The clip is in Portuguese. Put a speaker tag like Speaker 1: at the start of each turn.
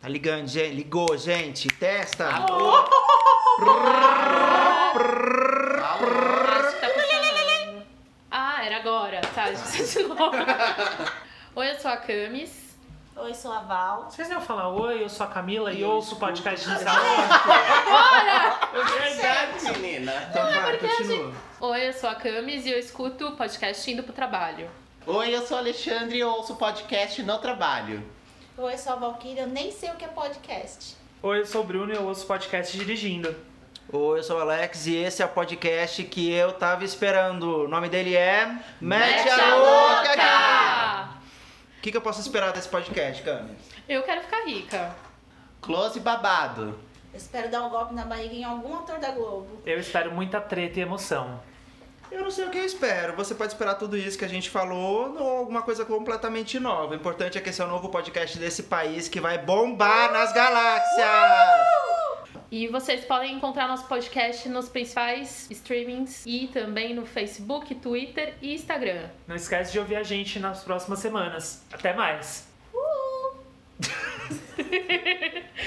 Speaker 1: Tá ligando, gente? Ligou, gente. Testa.
Speaker 2: Alô?
Speaker 3: Acho que tá funcionando. Ah, era agora. Tá, a gente precisa de novo. Oi, eu sou a Camis.
Speaker 4: Oi, sou a Val.
Speaker 2: Vocês iam falar oi, eu sou a Camila e ouço o podcast de É
Speaker 3: Bora!
Speaker 5: Verdade, menina.
Speaker 1: Então vai, continua.
Speaker 3: Oi, eu sou a Camis e eu escuto o podcast indo pro trabalho.
Speaker 5: Oi, eu sou o Alexandre e eu ouço o podcast no trabalho.
Speaker 4: Oi, sou a Valkyria. Eu nem sei o que é podcast.
Speaker 2: Oi, eu sou o Bruno e eu ouço o podcast dirigindo.
Speaker 1: Oi, eu sou o Alex e esse é o podcast que eu tava esperando. O nome dele é... Mete,
Speaker 3: Mete
Speaker 1: a louca, cara!
Speaker 3: louca!
Speaker 1: O que, que eu posso esperar desse podcast, Camis?
Speaker 3: Eu quero ficar rica.
Speaker 5: Close babado.
Speaker 4: Eu espero dar um golpe na barriga em algum ator da Globo.
Speaker 2: Eu espero muita treta e emoção.
Speaker 1: Eu não sei o que eu espero. Você pode esperar tudo isso que a gente falou ou alguma coisa completamente nova. O importante é que esse é o novo podcast desse país que vai bombar nas galáxias!
Speaker 3: E vocês podem encontrar nosso podcast nos principais streamings e também no Facebook, Twitter e Instagram.
Speaker 2: Não esquece de ouvir a gente nas próximas semanas. Até mais!